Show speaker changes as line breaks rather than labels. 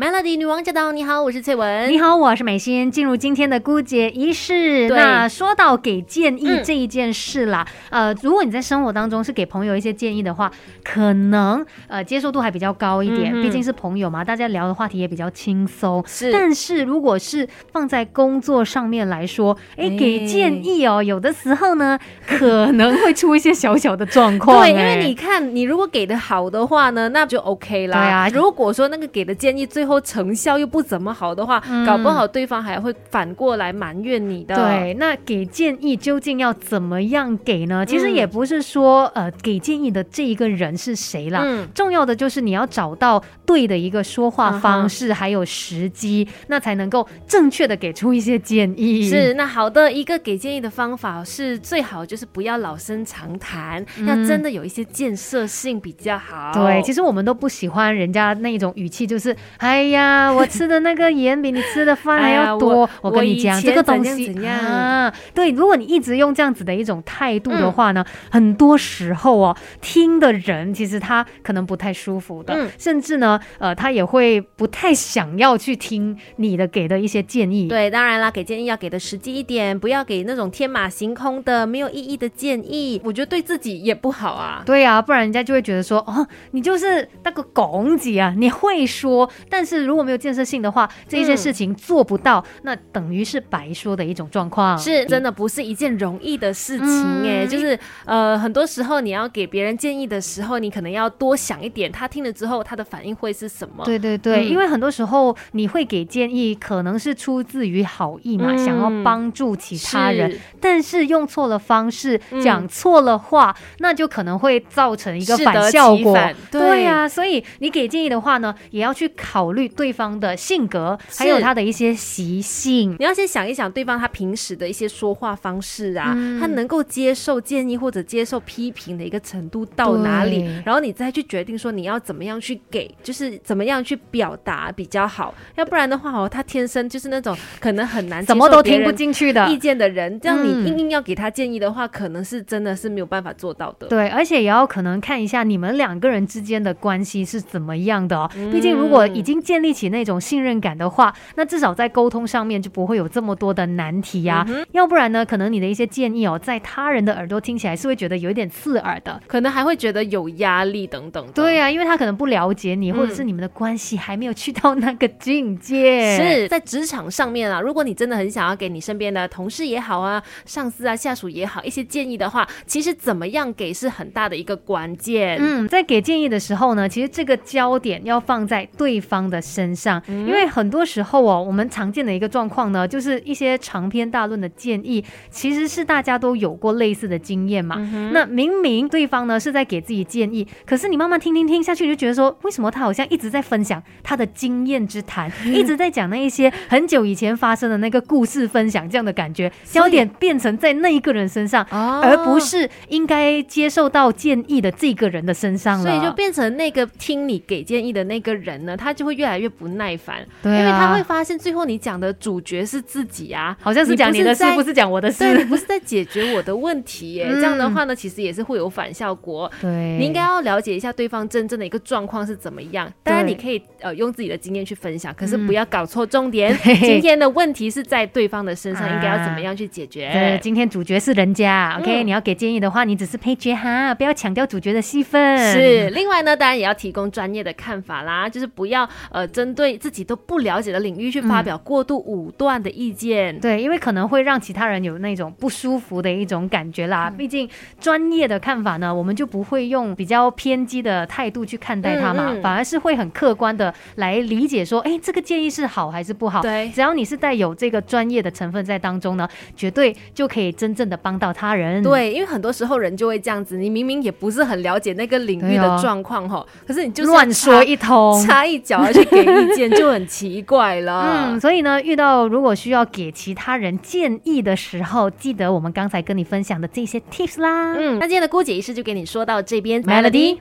Melody 女王驾到！你好，我是翠文。
你好，我是美心。进入今天的姑姐仪式，
对
那说到给建议
嗯
这一件事啦，呃，如果你在生活当中是给朋友一些建议的话，可能呃接受度还比较高一点，
嗯哼
毕竟是朋友嘛，大家聊的话题也比较轻松。
是
但是如果是放在工作上面来说，哎，给建议哦，有的时候呢，可能会出一些小小的状况。
对，
哎
因为
诶
你看，你如果给的好的话呢，那就 OK 啦。
对啊
如果说那个给的建议最后成效又不怎么好的话，
嗯
搞不好对方还会反过来埋怨你的。，
对，那给建议究竟要怎么样给呢？其实
嗯
也不是说、呃给建议的这一个人是谁啦。
嗯，
重要的就是你要找到对的一个说话方式，还有时机，那才能够正确的给出一些建议。
是。那好的一个给建议的方法是最好就是不要老生常谈，
嗯
要真的有一些建设性比较好。
对，其实我们都不喜欢人家那种语气，就是哎呀，我吃的那个盐比你吃的饭还
哎呀
要
我
多。我跟
我
你
以
讲，
前
这个东
怎样
西
怎样
啊，对，如果你一直用这样子的一种态度的
嗯
话呢，很多时候哦，听的人其实他可能不太舒服的，
嗯
甚至呢，呃，他也会不太想要去听你的给的一些建议。
对，当然啦，给建议要给的实际一点，不要给那种天马行空的、没有意义的建议，我觉得对自己也不好啊。
对啊，不然人家就会觉得说，哦，你就是那个拱子啊，你会说，但是如果没有建设性的话，这一些
嗯
事情做不到，那等于是白说的一种状况。嗯
是真
的，
的不是一件容易的事情哎、
啊嗯
就是呃，很多时候你要给别人建议的时候，你可能要多想一点，他听了之后他的反应会是什么？
对对对，
嗯
因为很多时候你会给建议，可能是出自于好意嘛，
嗯
想要帮助其
是，
他人，但是用错了方式，
嗯
讲错了话，那就可能会造成一个
适
反
得
效
其
果。
反对
对啊呀、所以你给建议的话呢，也要去考虑对方的性格，还有
是
他的一些习性。
你要先想一想对方他平时的一些说话方式啊，
嗯
他能够接受建议或者接受批评的一个程度到哪里
对，
然后你再去决定说你要怎么样去给，就是怎么样去表达比较好。要不然的话哦，他天生就是那种可能很难
什么都
接受别
听不
人
进去的
意。见的人，这样你
嗯
硬硬要给他建议的话，可能是真的是没有办法做到的。
对，而且也要可能看一下你们两个人之间的关系是怎么样的哦。
嗯
毕竟如果已经建立起那种信任感的话，那至少在沟通上面就不会有这么多的难题呀、
嗯
要不然呢，可能你的一些建议哦，在他人的耳朵听起来是会觉得有一点刺耳的。
可能还会觉得有压力等等的。
对呀、因为他可能不了解你，或者是
嗯
你们的关系还没有去到那个境界。。
是在职场上面啊，如果你真的很想要给你身边的同事也好啊、上司啊、下属也好一些建议的话，其实怎么样给是很大的一个关键。
嗯，在给建议的时候呢，其实这个焦点要放在对方的身上，因为很多时候哦，我们常见的一个状况呢，就是一些长篇大论的建议，其实是大家都有过类似的经
啊
验嘛。
嗯
那明明对方呢是在给自己建议，可是你慢慢听听听下去，你就觉得说，为什么他好像一直在分享他的经验之谈，一直在讲那一些很久以前发生的那个故事分享这样的感觉，
所以
焦点变成在那一个人身上，
哦
而不。是应该接受到建议的这个人的身上了。
所以就变成那个听你给建议的那个人呢，他就会越来越不耐烦，
对啊
因为他会发现最后你讲的主角是自己啊，
好像是讲你的事，
在
不是讲我的
对你
事。
不是在解决我的问题耶，
嗯
这样的话呢，其实也是会有反效果。
对
你应该要了解一下对方真正的一个状况是怎么样。当然，
对
你可以呃用自己的经验去分享，可是
嗯
不要搞错重点。
嘿嘿
今天的问题是在对方的身上，
啊
应该要怎么样去解
对，
决？
今天主角是人家、o k
哎嗯
你要给建议的话，你只是配角哈，不要强调主角的戏份。
是，另外呢，当然也要提供专业的看法啦，就是不要呃针对自己都不了解的领域去发表过度武断的意见。
嗯对，因为可能会让其他人有那种不舒服的一种感觉
嗯
啦。毕竟专业的看法呢，我们就不会用比较偏激的态度去看待它嘛，
嗯嗯
反而是会很客观的来理解说，哎，这个建议是好还是不好。
对
只要你是带有这个专业的成分在当中呢，绝对就可以真正的帮到他人。。
对，因为很多时候人就会这样子，你明明也不是很了解那个领域
对啊
的状况哈、可是你就是
乱说
插
一通，
插一脚而去给意见，就很奇怪了。
嗯，所以呢，遇到如果需要给其他人建议的时候，记得我们刚才跟你分享的这些 tips 啦。
嗯嗯，那今天的姑姐仪式就给你说到这边。
嗯 Melody